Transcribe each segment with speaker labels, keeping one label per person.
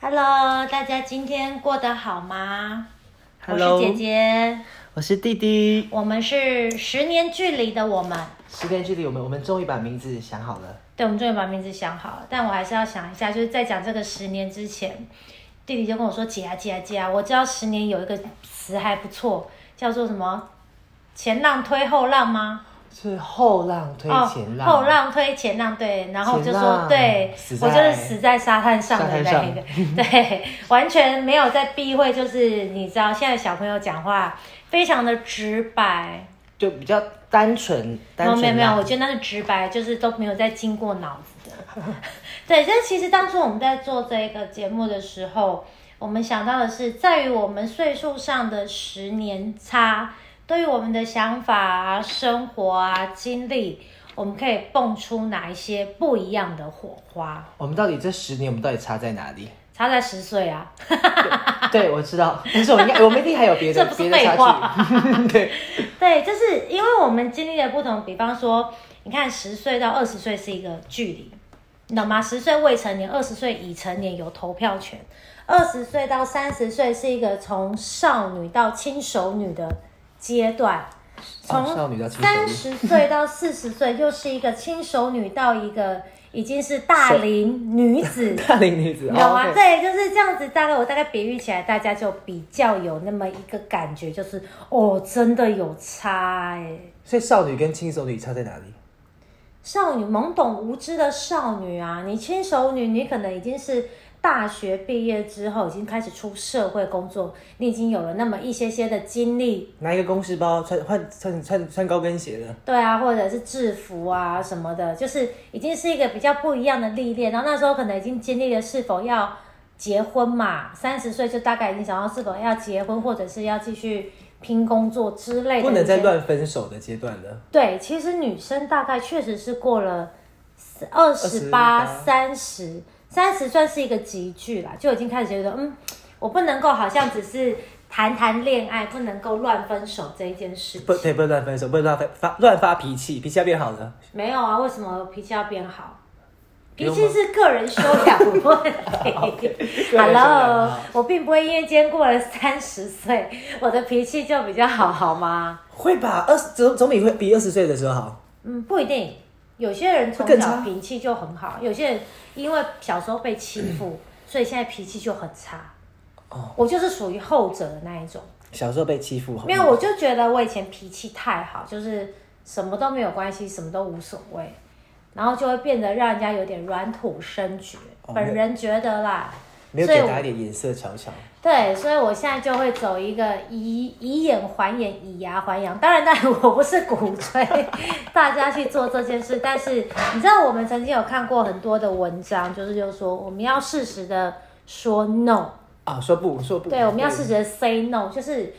Speaker 1: Hello，大家今天过得好吗
Speaker 2: Hello
Speaker 1: 我是姐姐，
Speaker 2: 我是弟弟。
Speaker 1: 我们是十年距离的我们。
Speaker 2: 十年距离，我们我们终于把名字想好了。
Speaker 1: 对，我们终于把名字想好了，但我还是要想一下，就是在讲这个十年之前，弟弟就跟我说：“姐啊姐啊姐啊，我知道十年有一个词还不错，叫做什么？前浪推后浪吗？
Speaker 2: 是后浪推前浪，
Speaker 1: 哦，后浪推前浪，对。然后我就
Speaker 2: 前
Speaker 1: 说
Speaker 2: 浪，
Speaker 1: 对
Speaker 2: 死在
Speaker 1: 我就是死在沙滩上的那
Speaker 2: 沙
Speaker 1: 一
Speaker 2: 滩
Speaker 1: 个， 对，完全没有在避讳，就是你知道现在小朋友讲话非常的直白，
Speaker 2: 就比较单纯，
Speaker 1: 没
Speaker 2: 单
Speaker 1: 有
Speaker 2: 纯
Speaker 1: 没有没有，
Speaker 2: 浪
Speaker 1: 我觉得那是直白，就是都没有在经过脑子的。 对，但其实当初我们在做这个节目的时候，我们想到的是，在于我们岁数上的十年差，对于我们的想法啊、生活啊、经历，我们可以蹦出哪一些不一样的火花？
Speaker 2: 我们到底这十年，我们到底差在哪里？
Speaker 1: 差在十岁啊，
Speaker 2: 对，我知道，但是我们应该，我们一定还有别的
Speaker 1: 这不是
Speaker 2: 别的
Speaker 1: 废话
Speaker 2: 差距。 对，
Speaker 1: 对，就是因为我们经历的不同，比方说，你看十岁到二十岁是一个距离，你懂吗？十岁未成年，二十岁已成年有投票权，二十岁到三十岁是一个从少女到轻熟女的阶段， 从
Speaker 2: 哦少女到轻熟
Speaker 1: 三
Speaker 2: 女
Speaker 1: 十岁到四十岁又是一个轻熟女到一个已经是大龄女子。
Speaker 2: 大龄女子，
Speaker 1: 有啊，
Speaker 2: 哦，OK
Speaker 1: 对，就是这样子。大概我大概比喻起来，大家就比较有那么一个感觉，就是哦，真的有差哎、
Speaker 2: 所以少女跟轻熟女差在哪里？
Speaker 1: 少女懵懂无知的少女啊，你轻熟女，你可能已经是大学毕业之后，已经开始出社会工作，你已经有了那么一些些的经历，
Speaker 2: 拿一个公事包，穿换穿穿穿高跟鞋的，
Speaker 1: 对啊，或者是制服啊什么的，就是已经是一个比较不一样的历练。然后那时候可能已经经历了是否要结婚嘛，三十岁就大概已经想到是否要结婚，或者是要继续拼工作之类的一些。
Speaker 2: 不能再乱分手的阶段了。
Speaker 1: 对，其实女生大概确实是过了二十八、三十，三十算是一个集聚啦，就已经开始觉得，嗯，我不能够好像只是谈谈恋爱，不能够乱分手这一件事
Speaker 2: 不，
Speaker 1: 情。
Speaker 2: 对，不能乱分手，不能乱发发乱发脾气，脾气要变好了。
Speaker 1: 没有啊，为什么脾气要变好？脾
Speaker 2: 不用吗。
Speaker 1: 气是个人修养的问 题
Speaker 2: 个人修养
Speaker 1: Hello，
Speaker 2: 好
Speaker 1: 我并不会因为今天过了三十岁， 我的脾气就比较好，好吗？
Speaker 2: 会吧，二十总总比会比二十岁的时候好。
Speaker 1: 嗯，不一定。有些人从
Speaker 2: 会更
Speaker 1: 小
Speaker 2: 差
Speaker 1: 脾气就很好，有些人因为小时候被欺负，所以现在脾气就很差。
Speaker 2: 哦
Speaker 1: 我就是属于后者的那一种。
Speaker 2: 小时候被欺负，好吗
Speaker 1: 没有，我就觉得我以前脾气太好，就是什么都没有关系，什么都无所谓，然后就会变得让人家有点软土生绝。
Speaker 2: 哦
Speaker 1: 本人觉得啦，
Speaker 2: 没有
Speaker 1: 所以
Speaker 2: 给
Speaker 1: 我
Speaker 2: 大家一点颜色瞧瞧。
Speaker 1: 对，所以我现在就会走一个以以眼还眼，以牙还牙。当然，当然我不是鼓吹 大家去做这件事，但是你知道，我们曾经有看过很多的文章，就是就是说我们要适时的说 no，
Speaker 2: 啊，说不，说不。
Speaker 1: 对，我们要适时的 say no，就是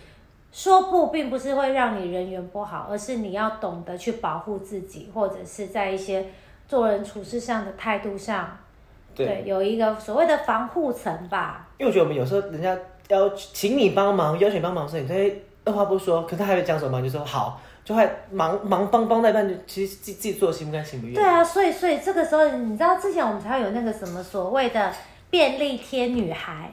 Speaker 1: 说不，并不是会让你人缘不好，而是你要懂得去保护自己，或者是在一些做人处事上的态度上，
Speaker 2: 对，
Speaker 1: 对，有一个所谓的防护层吧。
Speaker 2: 因为我觉得我们有时候人家要请你帮忙，邀请你帮忙的时候，你都会二话不说，可是他还没讲什么，你就说好，就会忙忙帮帮那一半，就其实自己自己做的心不甘情不愿。
Speaker 1: 对啊，所以所以这个时候，你知道之前我们才会有那个什么所谓的便利贴女孩，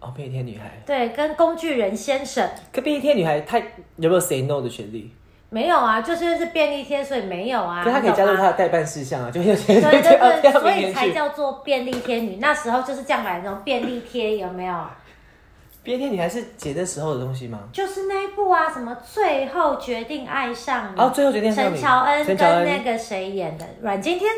Speaker 2: 哦，便利贴女孩，
Speaker 1: 对，跟工具人先生
Speaker 2: 可便利贴女孩她有没有 say no 的权利？
Speaker 1: 没有啊，就是是便利贴，所以没有啊，
Speaker 2: 可是她可以
Speaker 1: 你懂
Speaker 2: 加入
Speaker 1: 吗
Speaker 2: 她的代办事项啊，就有些
Speaker 1: 对 对
Speaker 2: 要
Speaker 1: 对，
Speaker 2: 要
Speaker 1: 所
Speaker 2: 明
Speaker 1: 以
Speaker 2: 年
Speaker 1: 才
Speaker 2: 去。
Speaker 1: 叫做便利贴女。那时候就是这样来的，那种便利贴有没有？
Speaker 2: 便利贴女孩是姐那时候的东西吗？
Speaker 1: 就是那一部啊，什么最后决定爱上你，
Speaker 2: 哦，最后决定是
Speaker 1: 嗯陈乔恩跟
Speaker 2: 陈乔
Speaker 1: 那
Speaker 2: 恩，
Speaker 1: 个谁演的阮经天。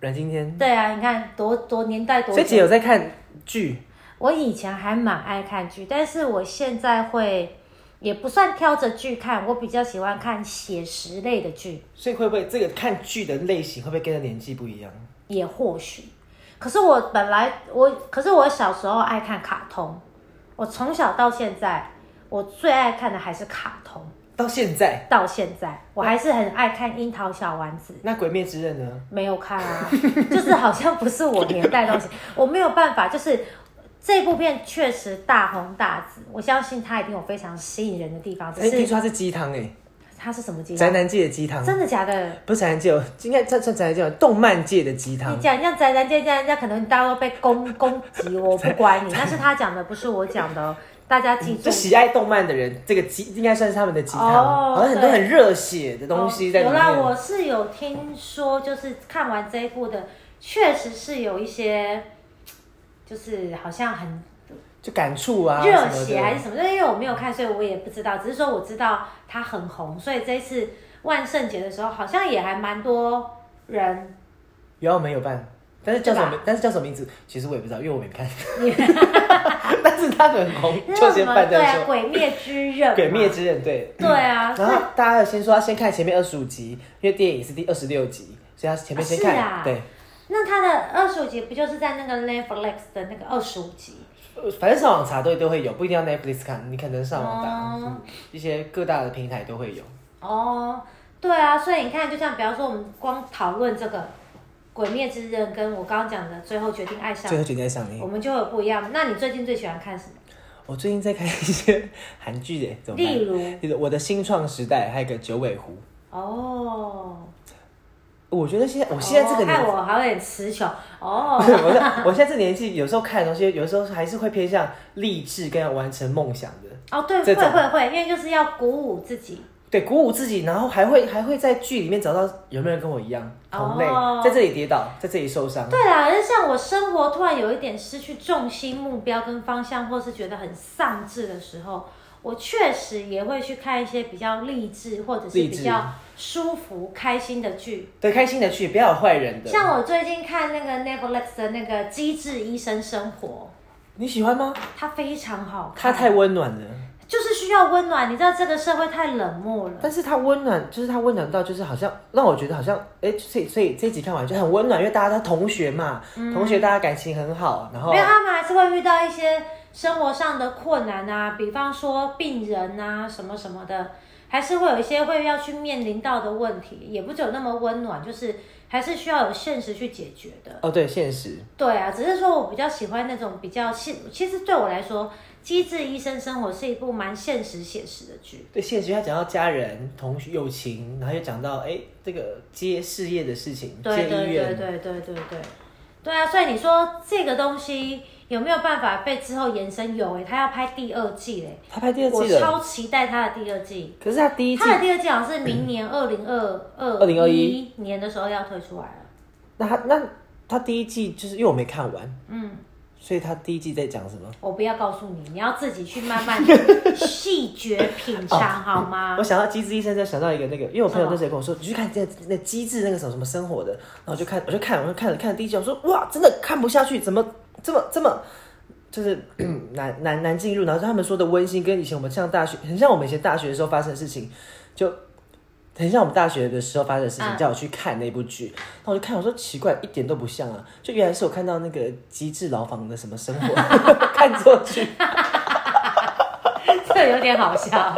Speaker 2: 阮经天。
Speaker 1: 对啊，你看多多年代多久。
Speaker 2: 所以姐有在看剧，
Speaker 1: 我以前还蛮爱看剧，但是我现在会也不算挑着剧看，我比较喜欢看写实类的剧，
Speaker 2: 所以会不会这个看剧的类型会不会跟着年纪不一样？
Speaker 1: 也或许。可是我本来我，可是我小时候爱看卡通，我从小到现在，我最爱看的还是卡通。
Speaker 2: 到现在，
Speaker 1: 到现在，我还是很爱看《樱桃小丸子》，
Speaker 2: 那《鬼灭之刃》呢？
Speaker 1: 没有看啊， 就是好像不是我年代的东西， 我没有办法，就是这部片确实大红大紫，我相信它一定有非常吸引人的地方，
Speaker 2: 哎、
Speaker 1: 只
Speaker 2: 听
Speaker 1: 是
Speaker 2: 说它是鸡汤哎，
Speaker 1: 它是什么鸡
Speaker 2: 宅
Speaker 1: 汤？
Speaker 2: 男界的鸡汤，
Speaker 1: 真的假的？
Speaker 2: 不是宅男界，哦应该算算宅男界吧，哦动漫界的鸡汤
Speaker 1: 你。讲像宅男界这样，人家可能大家都被 攻攻击，我不管你，那是他讲的，不是我讲的哦，大家记住
Speaker 2: 就。喜爱动漫的人，这个鸡应该算是他们的鸡汤，
Speaker 1: 哦
Speaker 2: 好像很多很热血的东西在里
Speaker 1: 有
Speaker 2: 面。
Speaker 1: 啦，我是有听说，就是看完这一部的，确实是有一些，就是好像很
Speaker 2: 就感触啊，
Speaker 1: 热血
Speaker 2: 什么
Speaker 1: 还
Speaker 2: 的
Speaker 1: 是什么，因为我没有看，所以我也不知道。只是说我知道它很红，所以这次万圣节的时候，好像也还蛮多人。
Speaker 2: 有澳门有办，但是叫什么
Speaker 1: 对
Speaker 2: 名
Speaker 1: 吧？
Speaker 2: 但是叫什么名字？其实我也不知道，因为我没看。
Speaker 1: 你
Speaker 2: 但是他很红，就
Speaker 1: 那什
Speaker 2: 先
Speaker 1: 么
Speaker 2: 办
Speaker 1: 对
Speaker 2: 再
Speaker 1: 啊，
Speaker 2: 说。
Speaker 1: 鬼灭之刃嘛，
Speaker 2: 鬼灭之刃，对。
Speaker 1: 对啊，
Speaker 2: 然后
Speaker 1: 那
Speaker 2: 大家先说要先看前面二十五集，因为电影是第二十六集，所以他前面先看。
Speaker 1: 啊是啊
Speaker 2: 对，
Speaker 1: 那它的二十五集不就是在那个 Netflix 的那个二十五集？
Speaker 2: 呃反正上网查都都会有，不一定要 Netflix 看，你可能上网打、
Speaker 1: 哦
Speaker 2: 嗯一些各大的平台都会有。
Speaker 1: 哦，对啊，所以你看，就像比方说我们光讨论这个《鬼灭之刃》，跟我刚刚讲的最后决定爱上
Speaker 2: 最，后决定在上
Speaker 1: 我
Speaker 2: 映。
Speaker 1: 们就会有不一样。那你最近最喜欢看什么？
Speaker 2: 我最近在看一些韩剧耶，怎么办？
Speaker 1: 例如，
Speaker 2: 例如我的新创时代，还有一个九尾狐。
Speaker 1: 哦，
Speaker 2: 我觉得现在我现在这个
Speaker 1: 哦
Speaker 2: 年
Speaker 1: 害
Speaker 2: 纪，
Speaker 1: 我好有点词穷哦。
Speaker 2: 我在我现在这年纪，有时候看的东西，有时候还是会偏向励志跟要完成梦想的。
Speaker 1: 哦，对，
Speaker 2: 这
Speaker 1: 会
Speaker 2: 种
Speaker 1: 会会，因为就是要鼓舞自己。
Speaker 2: 对，鼓舞自己，然后还会还会在剧里面找到有没有人跟我一样同类，
Speaker 1: 哦
Speaker 2: 在这里跌倒，在这里受伤。
Speaker 1: 对啦，就像我生活突然有一点失去重心、目标跟方向，或是觉得很丧志的时候，我确实也会去看一些比较励志或者是
Speaker 2: 励
Speaker 1: 比
Speaker 2: 志
Speaker 1: 较舒服、开心的剧。
Speaker 2: 对，开心的去，不要有坏人的。
Speaker 1: 像我最近看那个 Netflix 的那个《机智医生生活
Speaker 2: 你喜欢吗？》，
Speaker 1: 它非常好
Speaker 2: 他
Speaker 1: 看，
Speaker 2: 太温暖了，
Speaker 1: 就是需要温暖。你知道这个社会太冷漠了，
Speaker 2: 但是他温暖，就是他温暖到，就是好像让我觉得好像，哎、所以所以这一集看完就很温暖，因为大家都同学嘛，同学大家感情很好，然后
Speaker 1: 嗯没有他们还是会遇到一些生活上的困难啊，比方说病人啊什么什么的，还是会有一些会要去面临到的问题，也不只有那么温暖，就是还是需要有现实去解决的。
Speaker 2: 哦对，现实
Speaker 1: 对啊，只是说我比较喜欢那种比较现，其实对我来说，《机智医生生活》是一部蛮现实写实的剧。
Speaker 2: 对现实，他讲到家人、同学、友情，然后又讲到哎、这个接事业的事情，
Speaker 1: 对
Speaker 2: 接
Speaker 1: 对
Speaker 2: 医
Speaker 1: 对
Speaker 2: 院，
Speaker 1: 对对对对，对啊，所以你说这个东西有没有办法被之后延伸？有诶、欸他要拍第二季嘞、
Speaker 2: 他拍第二
Speaker 1: 我
Speaker 2: 季了，
Speaker 1: 超期待他的第二季。
Speaker 2: 可是他第一季嗯
Speaker 1: 他的第二季好像是明年二零二二
Speaker 2: 2021
Speaker 1: 年的时候要推出来了。
Speaker 2: 那他那他第一季就是因为我没看完，
Speaker 1: 嗯，
Speaker 2: 所以他第一季在讲什么？
Speaker 1: 我不要告诉 你，你要自己去慢慢细觉品
Speaker 2: 哦
Speaker 1: 尝，好吗
Speaker 2: 我？想到《机智医生》，就想到一个那个，因为我朋友那时候跟我说，你去看这那机智那个什么什么生活的，然后我就看，我就看，我就看了看了第一集，我说哇，真的看不下去，怎么这么这么就是 嗯难难难进入，然后他们说的温馨跟以前我们上大学，很像我们以前大学的时候发生的事情，就。很像我们大学的时候发生的事情，
Speaker 1: 嗯
Speaker 2: 叫我去看那部剧，然后我就看，我说奇怪，一点都不像啊！就原来是我看到那个《机智牢房》的什么生活， 看错剧，
Speaker 1: 这有点好 笑。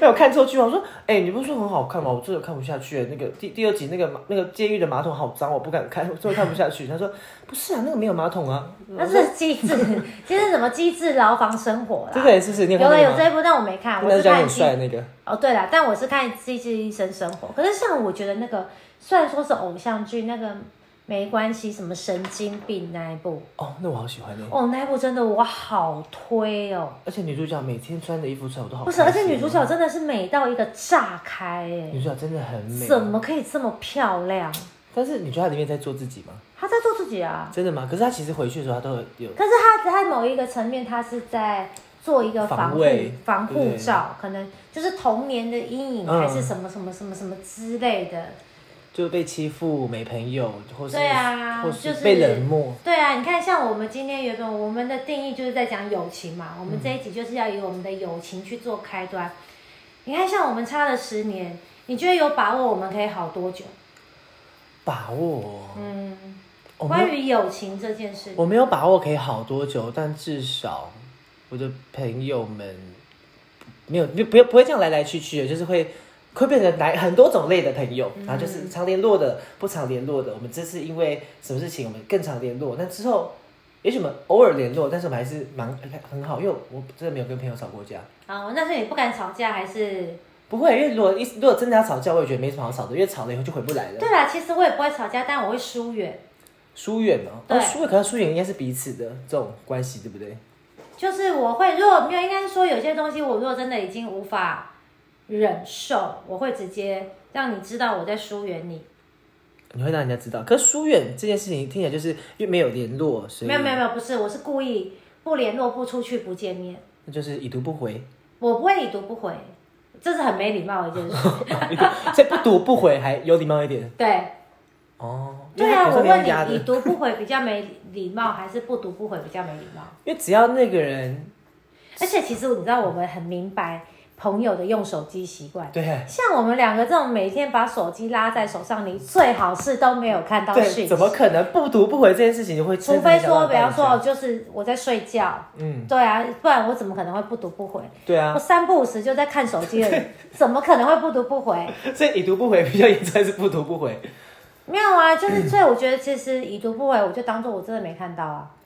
Speaker 2: 没有看错剧吗？我说，哎、你不是说很好看吗？我真的看不下去。那个第第二集那个马那个监狱的马桶好脏，我不敢看，我真的看不下去。他说，不是啊，那个没有马桶啊，
Speaker 1: 那是机智， 其实什么机智牢房生活
Speaker 2: 这
Speaker 1: 啦。
Speaker 2: 个也是不是？你
Speaker 1: 有
Speaker 2: 看
Speaker 1: 了
Speaker 2: 那
Speaker 1: 有
Speaker 2: 个
Speaker 1: 这
Speaker 2: 吗？
Speaker 1: 一部，但我没看，我是
Speaker 2: 那个教练
Speaker 1: 看
Speaker 2: 很
Speaker 1: 机
Speaker 2: 帅那个，
Speaker 1: 哦，对了，但我是看《机智医生生活》，可是像我觉得那个虽然说是偶像剧，那个没关系，什么神经病那一部，
Speaker 2: 哦，那我好喜欢那个。
Speaker 1: 哦，那一部真的我好推哦，
Speaker 2: 而且女主角每天穿的衣服出来我都好
Speaker 1: 不
Speaker 2: 开
Speaker 1: 是，
Speaker 2: 心哦。
Speaker 1: 而且女主角真的是美到一个炸开哎，
Speaker 2: 女主角真的很嗯美。啊
Speaker 1: 怎？么可以这么漂亮？
Speaker 2: 但是你觉得她里面在做自己吗？
Speaker 1: 她在做自己啊，
Speaker 2: 真的吗？可是她其实回去的时候，她都有有
Speaker 1: 可是她在某一个层面，她是在。做一个
Speaker 2: 防
Speaker 1: 防护
Speaker 2: 卫
Speaker 1: 防
Speaker 2: 对
Speaker 1: 护
Speaker 2: 不对
Speaker 1: 罩，可能就是童年的阴影，
Speaker 2: 嗯
Speaker 1: 还是什么什么什么什么之类的。
Speaker 2: 就被欺负、没朋友，或是
Speaker 1: 对啊
Speaker 2: 或
Speaker 1: 就是
Speaker 2: 是被冷漠。
Speaker 1: 对啊，你看，像我们今天原本我们的定义就是在讲友情嘛，我们这一集就是要以我们的友情去做开端。你看，像我们差了十年，你觉得有把握我们可以好多久？
Speaker 2: 把握，
Speaker 1: 嗯，
Speaker 2: 我没有
Speaker 1: 关于友情这件事，
Speaker 2: 我没有把握可以好多久，但至少我的朋友们没有不不不会这样来来去去的，就是会会变成来很多种类的朋友，然后就是常联络的、不常联络的。我们这次因为什么事情，我们更常联络，那之后。也许我们偶尔联络，但是我们还是蛮很好，因为我真的没有跟朋友吵过架。
Speaker 1: 哦，那是你不敢吵架，还是
Speaker 2: 不会，因为如果一如果真的要吵架，我也觉得没什么好吵的，因为吵了以后就回不来了。
Speaker 1: 对啦，其实我也不会吵架，但我会疏远，
Speaker 2: 疏远哦，
Speaker 1: 对
Speaker 2: 哦疏远，可是疏远应该是彼此的这种关系，对不对？
Speaker 1: 就是我会如果没有，应该是说有些东西我如果真的已经无法忍受，我会直接让你知道我在疏远你。
Speaker 2: 你会让人家知道，可是疏远这件事情听起来就是因为没有联络，所以
Speaker 1: 没有没有没有，不是，我是故意不联络、不出去、不见面，
Speaker 2: 那就是已读不回，
Speaker 1: 我不会已读不回，这是很没礼貌的一件 事。
Speaker 2: 已读所以不读不回还有礼貌一点
Speaker 1: 对
Speaker 2: 哦。因
Speaker 1: 对
Speaker 2: 为
Speaker 1: 啊，
Speaker 2: 有时
Speaker 1: 我
Speaker 2: 候
Speaker 1: 问
Speaker 2: 你要压
Speaker 1: 你，
Speaker 2: 的
Speaker 1: 已读不回比较没礼貌，还是不读不回比较没礼 貌？
Speaker 2: 因为只要那个人
Speaker 1: 而且其实你知道，我们很明白朋友的用手机习惯。
Speaker 2: 对
Speaker 1: 像我们两个这种每天把手机拉在手上，你最好是都没有看到
Speaker 2: 对，
Speaker 1: 讯息
Speaker 2: 怎，么可能不读不回这件事情就会？
Speaker 1: 除非
Speaker 2: 真的
Speaker 1: 说，
Speaker 2: 让
Speaker 1: 比
Speaker 2: 人
Speaker 1: 方
Speaker 2: 家知
Speaker 1: 说，
Speaker 2: 道，
Speaker 1: 就是我在睡觉，
Speaker 2: 嗯，
Speaker 1: 对啊，不然我怎么可能会不读不回？
Speaker 2: 对
Speaker 1: 我
Speaker 2: 啊，
Speaker 1: 三不五时就在看手机了， 怎么可能会不读不回？
Speaker 2: 所以已读不回比较严重，还是不读不回？
Speaker 1: 没有啊，就是所以我觉得其实已读不回，我就当做我真的没看到啊。
Speaker 2: 嗯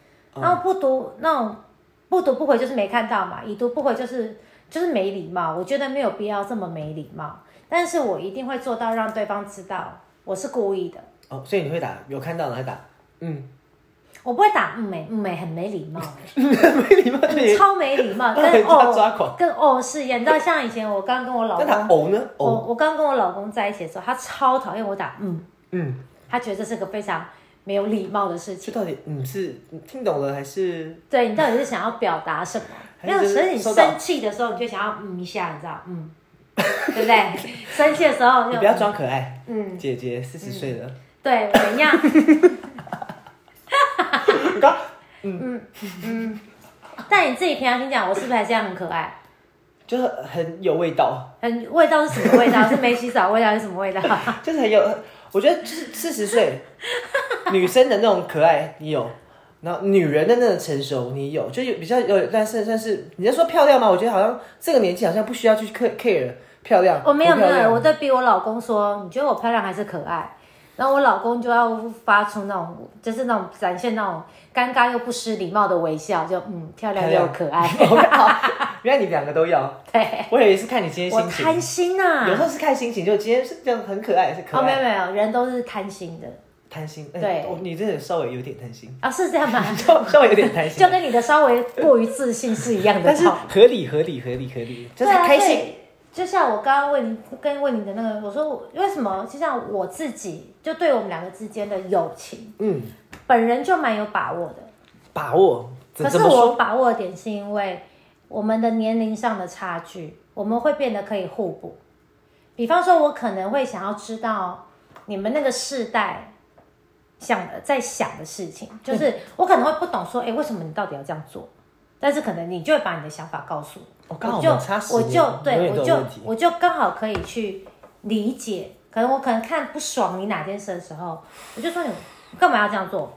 Speaker 1: 然后不读那种不读不回就是没看到嘛，已读不回就是就是没礼貌，我觉得没有必要这么没礼貌。但是我一定会做到让对方知道我是故意的，
Speaker 2: 哦，所以你会打，有看到然后打， 嗯，
Speaker 1: 我不会打嗯没嗯没很没礼 貌、欸
Speaker 2: 没礼貌就也，
Speaker 1: 超没礼 貌，
Speaker 2: 让人
Speaker 1: 跟
Speaker 2: 家抓狂
Speaker 1: 哦跟哦是一样。你知道像以前我刚跟我老
Speaker 2: 那他
Speaker 1: 公，
Speaker 2: 偶呢？哦
Speaker 1: 我
Speaker 2: 偶，
Speaker 1: 我刚跟我老公在一起的时候，他超讨厌我打嗯，
Speaker 2: 嗯，
Speaker 1: 他觉得这是个非常没有礼貌的事
Speaker 2: 这
Speaker 1: 情。
Speaker 2: 到底你是你听懂了还是
Speaker 1: 对你到底是想要表达什么？
Speaker 2: 还
Speaker 1: 没
Speaker 2: 是
Speaker 1: 有，
Speaker 2: 就是
Speaker 1: 所以你
Speaker 2: 收到
Speaker 1: 生气的时候，你就想要嗯一下，你知道，嗯，对不对？ 生气的时候
Speaker 2: 你
Speaker 1: 就
Speaker 2: 不要装可爱，
Speaker 1: 嗯，
Speaker 2: 姐姐四十岁了，
Speaker 1: 对，怎样？嗯
Speaker 2: 你刚
Speaker 1: 但你自己平常心讲，我是不是还这样很可爱？
Speaker 2: 就是很有味道，
Speaker 1: 很味道是什么味道？是没洗澡的味道还是什么味道？
Speaker 2: 就是很有，我觉得就是四十岁女生的那种可爱你有，然后女人的那种成熟你有，就有比较有，但是但是你在说漂亮吗？我觉得好像这个年纪好像不需要去 care care 漂亮，
Speaker 1: 我没有
Speaker 2: 不
Speaker 1: 没
Speaker 2: 漂
Speaker 1: 有，
Speaker 2: 亮啊
Speaker 1: 我在逼我老公说，你觉得我漂亮还是可爱？然后我老公就要发出那种，就是那种展现那种尴尬又不失礼貌的微笑，就嗯，漂亮又可爱。
Speaker 2: 原来你两个都要，
Speaker 1: 对，
Speaker 2: 我以为是看你今天
Speaker 1: 我
Speaker 2: 心情，
Speaker 1: 贪心啊。
Speaker 2: 有时候是看心情，就今天是这样很可爱，是可
Speaker 1: 哦，没有
Speaker 2: 爱，
Speaker 1: 没有，人都是贪心的
Speaker 2: 贪心，嗯
Speaker 1: 对
Speaker 2: 我你真的稍微有点贪心，
Speaker 1: 啊，是这样吗？
Speaker 2: 稍稍微有点贪心
Speaker 1: 就，跟你的稍微过于自信是一样的
Speaker 2: 但是
Speaker 1: 道理。
Speaker 2: 合理合理合理合理，就是
Speaker 1: 对啊
Speaker 2: 开。
Speaker 1: 所
Speaker 2: 心。
Speaker 1: 以就像我刚刚问你，跟问你的那个，我说我为什么？就像我自己，就对我们两个之间的友情，
Speaker 2: 嗯，
Speaker 1: 本人就蛮有把握的。
Speaker 2: 把握。怎
Speaker 1: 可是
Speaker 2: 怎么
Speaker 1: 我
Speaker 2: 说？
Speaker 1: 把握的点是因为我们的年龄上的差距，我们会变得可以互补。比方说，我可能会想要知道你们那个世代想在想的事情，就是我可能会不懂说，哎、为什么你到底要这样做？但是可能你就会把你的想法告诉我，
Speaker 2: 哦刚好
Speaker 1: 我
Speaker 2: 我
Speaker 1: 就
Speaker 2: 们差10
Speaker 1: 我
Speaker 2: 年
Speaker 1: 就对
Speaker 2: 永远
Speaker 1: 我
Speaker 2: 都有
Speaker 1: 就
Speaker 2: 问题
Speaker 1: 我就刚好可以去理解。可能我可能看不爽你哪件事的时候，我就说你干嘛要这样做？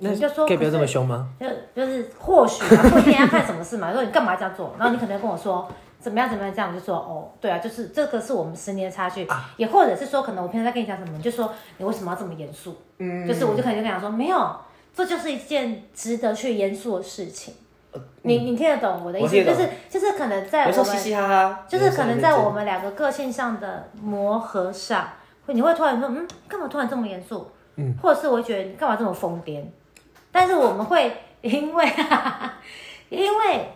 Speaker 1: 你就说
Speaker 2: 可以不要
Speaker 1: 可
Speaker 2: 这
Speaker 1: 是
Speaker 2: 么凶吗？
Speaker 1: 就就是或许 啊，不一定要看什么事嘛。说你干嘛这样做？然后你可能跟我说怎么样怎么样这样，我就说哦，对啊，就是这个是我们十年的差距，
Speaker 2: 啊
Speaker 1: 也或者是说可能我平常在跟你讲什么，你就说你为什么要这么严肃？嗯，就是我就可能就跟他说没有，这就是一件值得去严肃的事情。你你听得懂我的意
Speaker 2: 呃嗯我
Speaker 1: 思？
Speaker 2: 听
Speaker 1: 就
Speaker 2: 得
Speaker 1: 是
Speaker 2: 懂
Speaker 1: 就是可能在
Speaker 2: 有时
Speaker 1: 我
Speaker 2: 候嘻
Speaker 1: 们
Speaker 2: 嘻哈哈，
Speaker 1: 就是可能在我
Speaker 2: 们
Speaker 1: 们两个个性上的磨合上，会你会突然说，嗯，干嘛突然这么严肃？嗯，或者是我会觉得你干嘛这么疯癫？但是我们会因为， 因为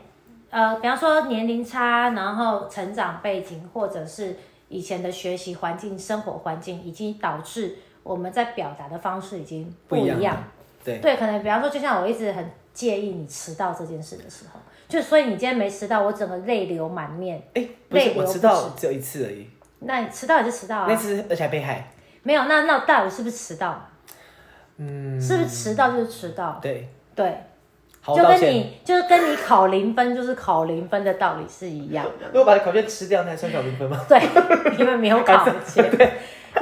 Speaker 1: 呃，比方说年龄差，然后成长背景，或者是以前的学习环境、生活环境，已经导致我们在表达的方式已经不
Speaker 2: 不一
Speaker 1: 一样
Speaker 2: 样。。对，
Speaker 1: 对，可能比方说，就像我一直很介意你迟到这件事的时候，就所以你今天没迟到，我整个泪流满面。
Speaker 2: 哎，不是
Speaker 1: 泪流
Speaker 2: 我
Speaker 1: 不
Speaker 2: 迟到
Speaker 1: 止
Speaker 2: 只有一次而已，
Speaker 1: 那你迟到也是迟到
Speaker 2: 那
Speaker 1: 啊，
Speaker 2: 次而且还被害。
Speaker 1: 没有那那到底是不是迟到？
Speaker 2: 嗯，
Speaker 1: 是不是迟到就是迟到？
Speaker 2: 对，
Speaker 1: 对，
Speaker 2: 好，我
Speaker 1: 就
Speaker 2: 道
Speaker 1: 跟
Speaker 2: 歉。
Speaker 1: 你就是跟你考零分就是考零分的道理是一 样的。
Speaker 2: 如果把考卷吃掉，那还算小零分吗？
Speaker 1: 对，因为没有考前。对，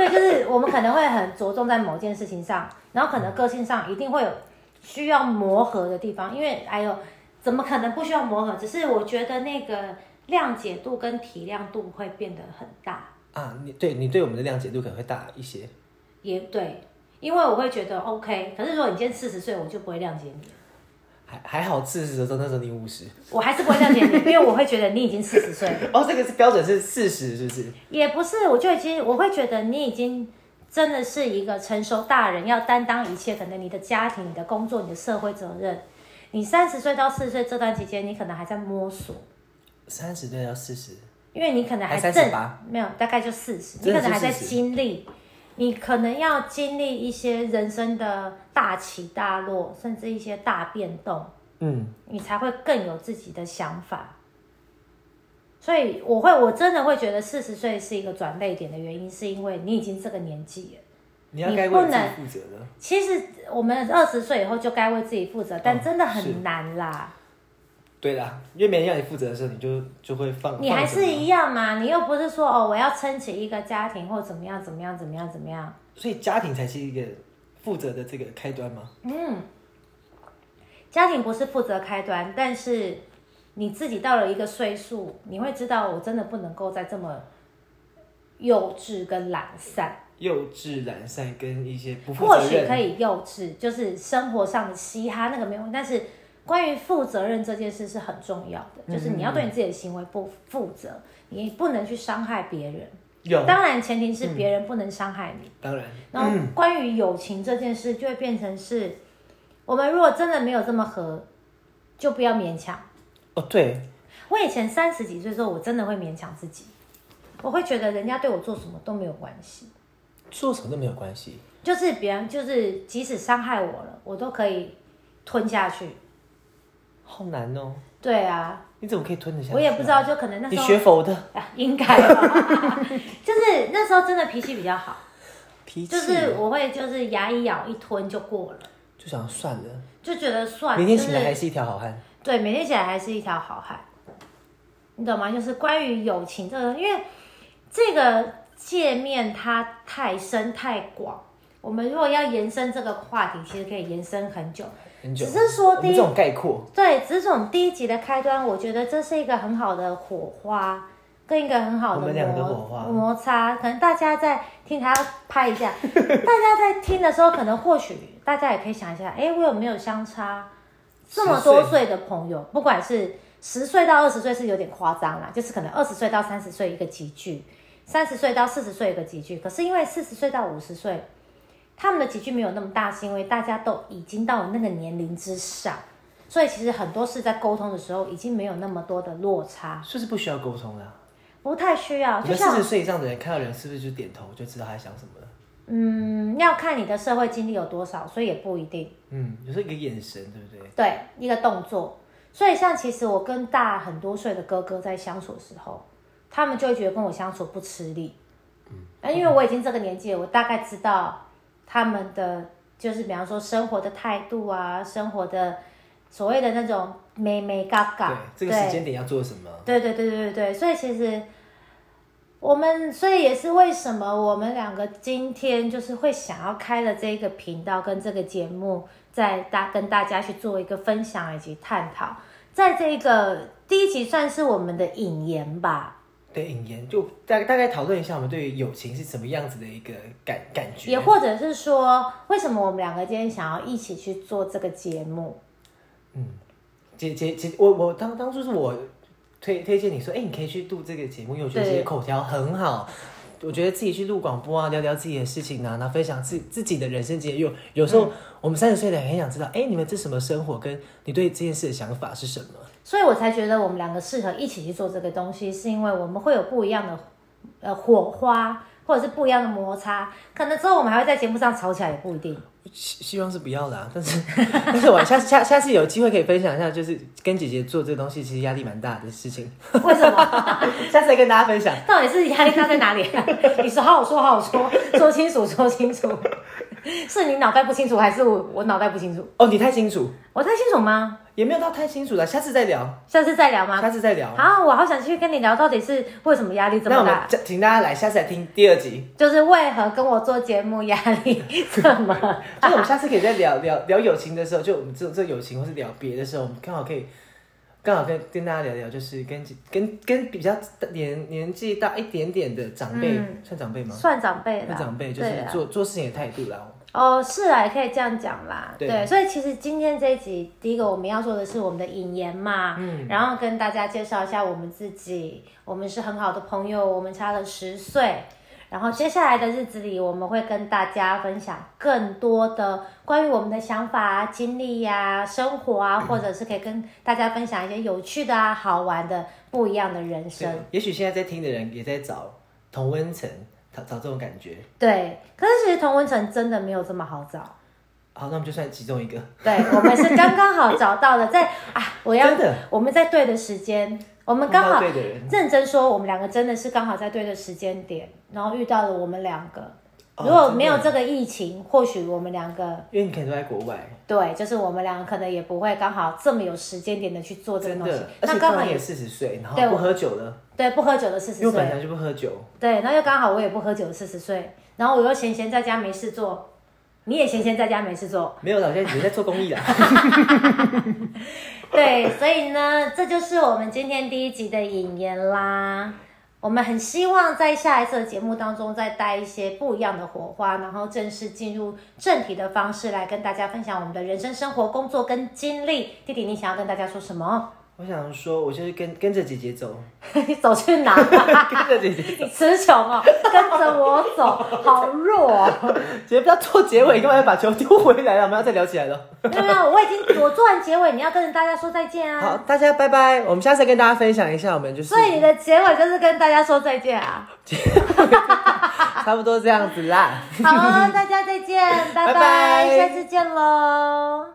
Speaker 1: 就是我们可能会很着重在某件事情上，然后可能个性上一定会有需要磨合的地方，因为哎呦，怎么可能不需要磨合？只是我觉得那个谅解度跟体谅度会变得很大，
Speaker 2: 啊，你对你对我们的谅解度可能会大一些。
Speaker 1: 也对，因为我会觉得 OK，可是如果你今天四十岁，我就不会谅解你了。
Speaker 2: 还还好，四十的时候那时候你五十，
Speaker 1: 我还是不会这样讲你，因为我会觉得你已经四十岁了。
Speaker 2: 哦，这个是标准是四十，是不是？
Speaker 1: 也不是，我就已经我会觉得你已经真的是一个成熟大人，要担当一切，可能你的家庭、你的工作、你的社会责任。你三十岁到四十岁这段期间，你可能还在摸索，
Speaker 2: 三十对到四十，
Speaker 1: 因为你可能
Speaker 2: 还
Speaker 1: 正
Speaker 2: 38
Speaker 1: 没有，大概就四十，你
Speaker 2: 真的
Speaker 1: 可能
Speaker 2: 是
Speaker 1: 还在
Speaker 2: 40
Speaker 1: 经历，你可能要经历一些人生的大起大落，甚至一些大变动。
Speaker 2: 嗯，
Speaker 1: 你才会更有自己的想法。所以我会，我真的会觉得四十岁是一个转泪点的原因，是因为你已经这个年纪了。
Speaker 2: 你要
Speaker 1: 你
Speaker 2: 该
Speaker 1: 不
Speaker 2: 为自己
Speaker 1: 能
Speaker 2: 负责的。
Speaker 1: 其实我们二十岁以后就该为自己负责，但
Speaker 2: 嗯
Speaker 1: 真的
Speaker 2: 是
Speaker 1: 很难啦。
Speaker 2: 对啦，因为没人要你负责的时候，你就就会放。
Speaker 1: 你还
Speaker 2: 放着
Speaker 1: 是
Speaker 2: 嘛
Speaker 1: 一样嘛，你又不是说哦，我要撑起一个家庭或怎么样怎么样怎么样怎么样。
Speaker 2: 所以家庭才是一个负责的这个开端嘛。
Speaker 1: 嗯，家庭不是负责开端，但是你自己到了一个岁数，你会知道我真的不能够再这么幼稚跟懒散。
Speaker 2: 幼稚、懒散跟一些不负
Speaker 1: 或
Speaker 2: 责
Speaker 1: 许
Speaker 2: 任，
Speaker 1: 可以幼稚，就是生活上的嘻哈那个没有，但是关于负责任这件事是很重要的，就是你要
Speaker 2: 嗯
Speaker 1: 对你自己的行为不负责，你不能去伤害别人。
Speaker 2: 有嗯
Speaker 1: 当然，前提是别人不能伤害你。
Speaker 2: 当然
Speaker 1: 然后关于友情这件事，就会变成是，我们如果真的没有这么合，就不要勉强。
Speaker 2: 哦，对，
Speaker 1: 我以前三十几岁的时候，我真的会勉强自己，我会觉得人家对我做什么都没有关系，
Speaker 2: 做什么都没有关系，
Speaker 1: 就是别人就是即使伤害我了，我都可以吞下去。
Speaker 2: 好难哦。
Speaker 1: 对啊，
Speaker 2: 你怎么可以吞得下去啊？
Speaker 1: 我也不知道，就可能那
Speaker 2: 你
Speaker 1: 时
Speaker 2: 学
Speaker 1: 候
Speaker 2: 佛的
Speaker 1: 啊 应该吧， 就是那时候真的脾气比较好，
Speaker 2: 脾气，
Speaker 1: 就是我会就是牙一咬一吞就过了，
Speaker 2: 就想算了，
Speaker 1: 就觉得算了，
Speaker 2: 明天醒来
Speaker 1: 就是
Speaker 2: 还是一条好汉。
Speaker 1: 对，每天起来还是一条好汉，你懂吗？就是关于友情这个，因为这个界面它太深太广，我们如果要延伸这个话题，其实可以延伸很久。
Speaker 2: 很久，
Speaker 1: 只是说
Speaker 2: 我
Speaker 1: 第
Speaker 2: 们
Speaker 1: 一
Speaker 2: 这种概括，
Speaker 1: 对，只是我们第一集的开端，我觉得这是一个很好的火花，跟一个很好
Speaker 2: 我
Speaker 1: 的
Speaker 2: 们两个
Speaker 1: 摩
Speaker 2: 火花
Speaker 1: 摩擦。可能大家在听， 还要拍一下。大家在听的时候，可能或许大家也可以想一下，哎，我有没有相差这么
Speaker 2: 10
Speaker 1: 多
Speaker 2: 岁
Speaker 1: 岁的朋友？不管是十岁到二十岁是有点夸张啦，就是可能二十岁到三十岁一个集聚，三十岁到四十岁一个集聚。可是因为四十岁到五十岁。他们的集聚没有那么大，是因为大家都已经到了那个年龄之上，所以其实很多事在沟通的时候已经没有那么多的落差，
Speaker 2: 是不是不需要沟通的啊、
Speaker 1: 不太需要。啊就
Speaker 2: 你们四
Speaker 1: 像
Speaker 2: 十岁以上的人看到人是不是就点头就知道他在想什么了？
Speaker 1: 嗯，要看你的社会经历有多少，所以也不一定。
Speaker 2: 嗯，有时候一个眼神，对不对？
Speaker 1: 对，一个动作。所以像其实我跟大很多岁的哥哥在相处的时候，他们就会觉得跟我相处不吃力。嗯，因为我已经这个年纪了，我大概知道他们的就是比方说生活的态度啊，生活的所谓的那种美美嘎嘎，
Speaker 2: 对，这个时间点要做什么？
Speaker 1: 对对对对对对，所以其实我们，所以也是为什么我们两个今天就是会想要开了这个频道跟这个节目，在大跟大家去做一个分享以及探讨，在这个第一集算是我们的引言吧，
Speaker 2: 对，引言就大大概讨论一下我们对于友情是什么样子的一个感感觉。
Speaker 1: 也或者是说，为什么我们两个今天想要一起去做这个节目？
Speaker 2: 姐姐姐，我我当当初是我推推荐你说，哎、你可以去录这个节目，因为我觉得
Speaker 1: 对
Speaker 2: 这些口条很好。我觉得自己去录广播啊，聊聊自己的事情啊，然后分享自自己的人生经验。有有时
Speaker 1: 嗯
Speaker 2: 候我们三十岁的很想知道，哎、你们这什么生活，跟你对这件事的想法是什么？
Speaker 1: 所以我才觉得我们两个适合一起去做这个东西，是因为我们会有不一样的呃火花，或者是不一样的摩擦，可能之后我们还会在节目上吵起来，也不一 定。
Speaker 2: 希希望是不要啦，但是但是我下次下下次有机会可以分享一下，就是跟姐姐做这个东西其实压力蛮大的事情，
Speaker 1: 为什么？
Speaker 2: 下次再跟大家分享。
Speaker 1: 到底是压力大在哪里、你说好好说，好好说，说清楚，说清楚。是你脑袋不清楚，还是我我脑袋不清楚？
Speaker 2: 哦，你太清楚，
Speaker 1: 我太清楚吗？
Speaker 2: 也没有到太清楚了，下次再聊，
Speaker 1: 下次再聊吗？
Speaker 2: 下次再聊。
Speaker 1: 啊好，我好想去跟你聊，到底是为什么压力这
Speaker 2: 那
Speaker 1: 么
Speaker 2: 我们
Speaker 1: 大？
Speaker 2: 这请大家来下次来听第二 集，
Speaker 1: 就是为何跟我做节目压力这 么大？
Speaker 2: 就是我们下次可以再聊聊聊友情的时候，就我们这这友情，或是聊别的时候，我们刚好可以刚好可以跟大家聊聊，就是跟跟跟比较年年纪大一点点的长辈，
Speaker 1: 嗯
Speaker 2: 算长辈吗？
Speaker 1: 算长辈啦，
Speaker 2: 算长辈，就是
Speaker 1: 对啊
Speaker 2: 做做事情的态度啦。
Speaker 1: 哦，是啊，也可以这样讲啦。
Speaker 2: 对
Speaker 1: 所以其实今天这一集，第一个我们要做的是我们的引言嘛，嗯，然后跟大家介绍一下我们自己，我们是很好的朋友，我们差了十岁。然后接下来的日子里，我们会跟大家分享更多的关于我们的想法啊、经历呀、生活啊，或者是可以跟大家分享一些有趣的啊、好玩的、不一样的人生。
Speaker 2: 也许现在在听的人也在找同温层，找找这种感觉。
Speaker 1: 对，可是其实同温层真的没有这么好找。
Speaker 2: 好，那我们就算其中一个。
Speaker 1: 对，我们是刚刚好找到了，在啊，我要
Speaker 2: 真的
Speaker 1: 我们在对的时间，我们刚好
Speaker 2: 碰到对的人
Speaker 1: 认真说，我们两个真的是刚好在对的时间点，然后遇到了我们两个。
Speaker 2: 哦
Speaker 1: 如果没有
Speaker 2: 真
Speaker 1: 这
Speaker 2: 的
Speaker 1: 个疫情，或许我们两个
Speaker 2: 因为你可能都在国外，
Speaker 1: 对，就是我们两个可能也不会刚好这么有时间点的去做这个
Speaker 2: 真
Speaker 1: 东西
Speaker 2: 的。，而
Speaker 1: 那
Speaker 2: 且
Speaker 1: 刚
Speaker 2: 突
Speaker 1: 好
Speaker 2: 然也
Speaker 1: 也
Speaker 2: 四十岁，然
Speaker 1: 对
Speaker 2: 后
Speaker 1: 我
Speaker 2: 不喝酒了，
Speaker 1: 对，不喝酒的四
Speaker 2: 因为
Speaker 1: 十
Speaker 2: 我本
Speaker 1: 岁，
Speaker 2: 来就不喝酒，
Speaker 1: 对，然后又刚好我也不喝酒的四十岁，然后我又闲闲在家没事做，你也闲闲在家没事做，
Speaker 2: 没有啦，我现在只是在做公益啦。
Speaker 1: 对，所以呢，这就是我们今天第一集的引言啦。我们很希望在下一次的节目当中再带一些不一样的火花，然后正式进入正题的方式来跟大家分享我们的人生、生活、工作跟经历。弟弟，你想要跟大家说什么？
Speaker 2: 我想说，我就是跟跟着姐姐走，
Speaker 1: 你走去哪？
Speaker 2: 跟着姐姐，
Speaker 1: 你词穷哦，跟着我走，好弱、哦。
Speaker 2: 姐姐不要做结尾，干嘛要把球丢回来了？啊我们要再聊起来了。
Speaker 1: 没有没有，我已经我做完结尾，你要跟着大家说再见
Speaker 2: 好，
Speaker 1: 啊。
Speaker 2: 大家拜拜，我们下次再跟大家分享一下，我们就是
Speaker 1: 所以你的结尾就是跟大家说再见啊。
Speaker 2: 差不多这样子啦。
Speaker 1: 好，大家再见，拜
Speaker 2: 拜拜
Speaker 1: 拜，下次见喽。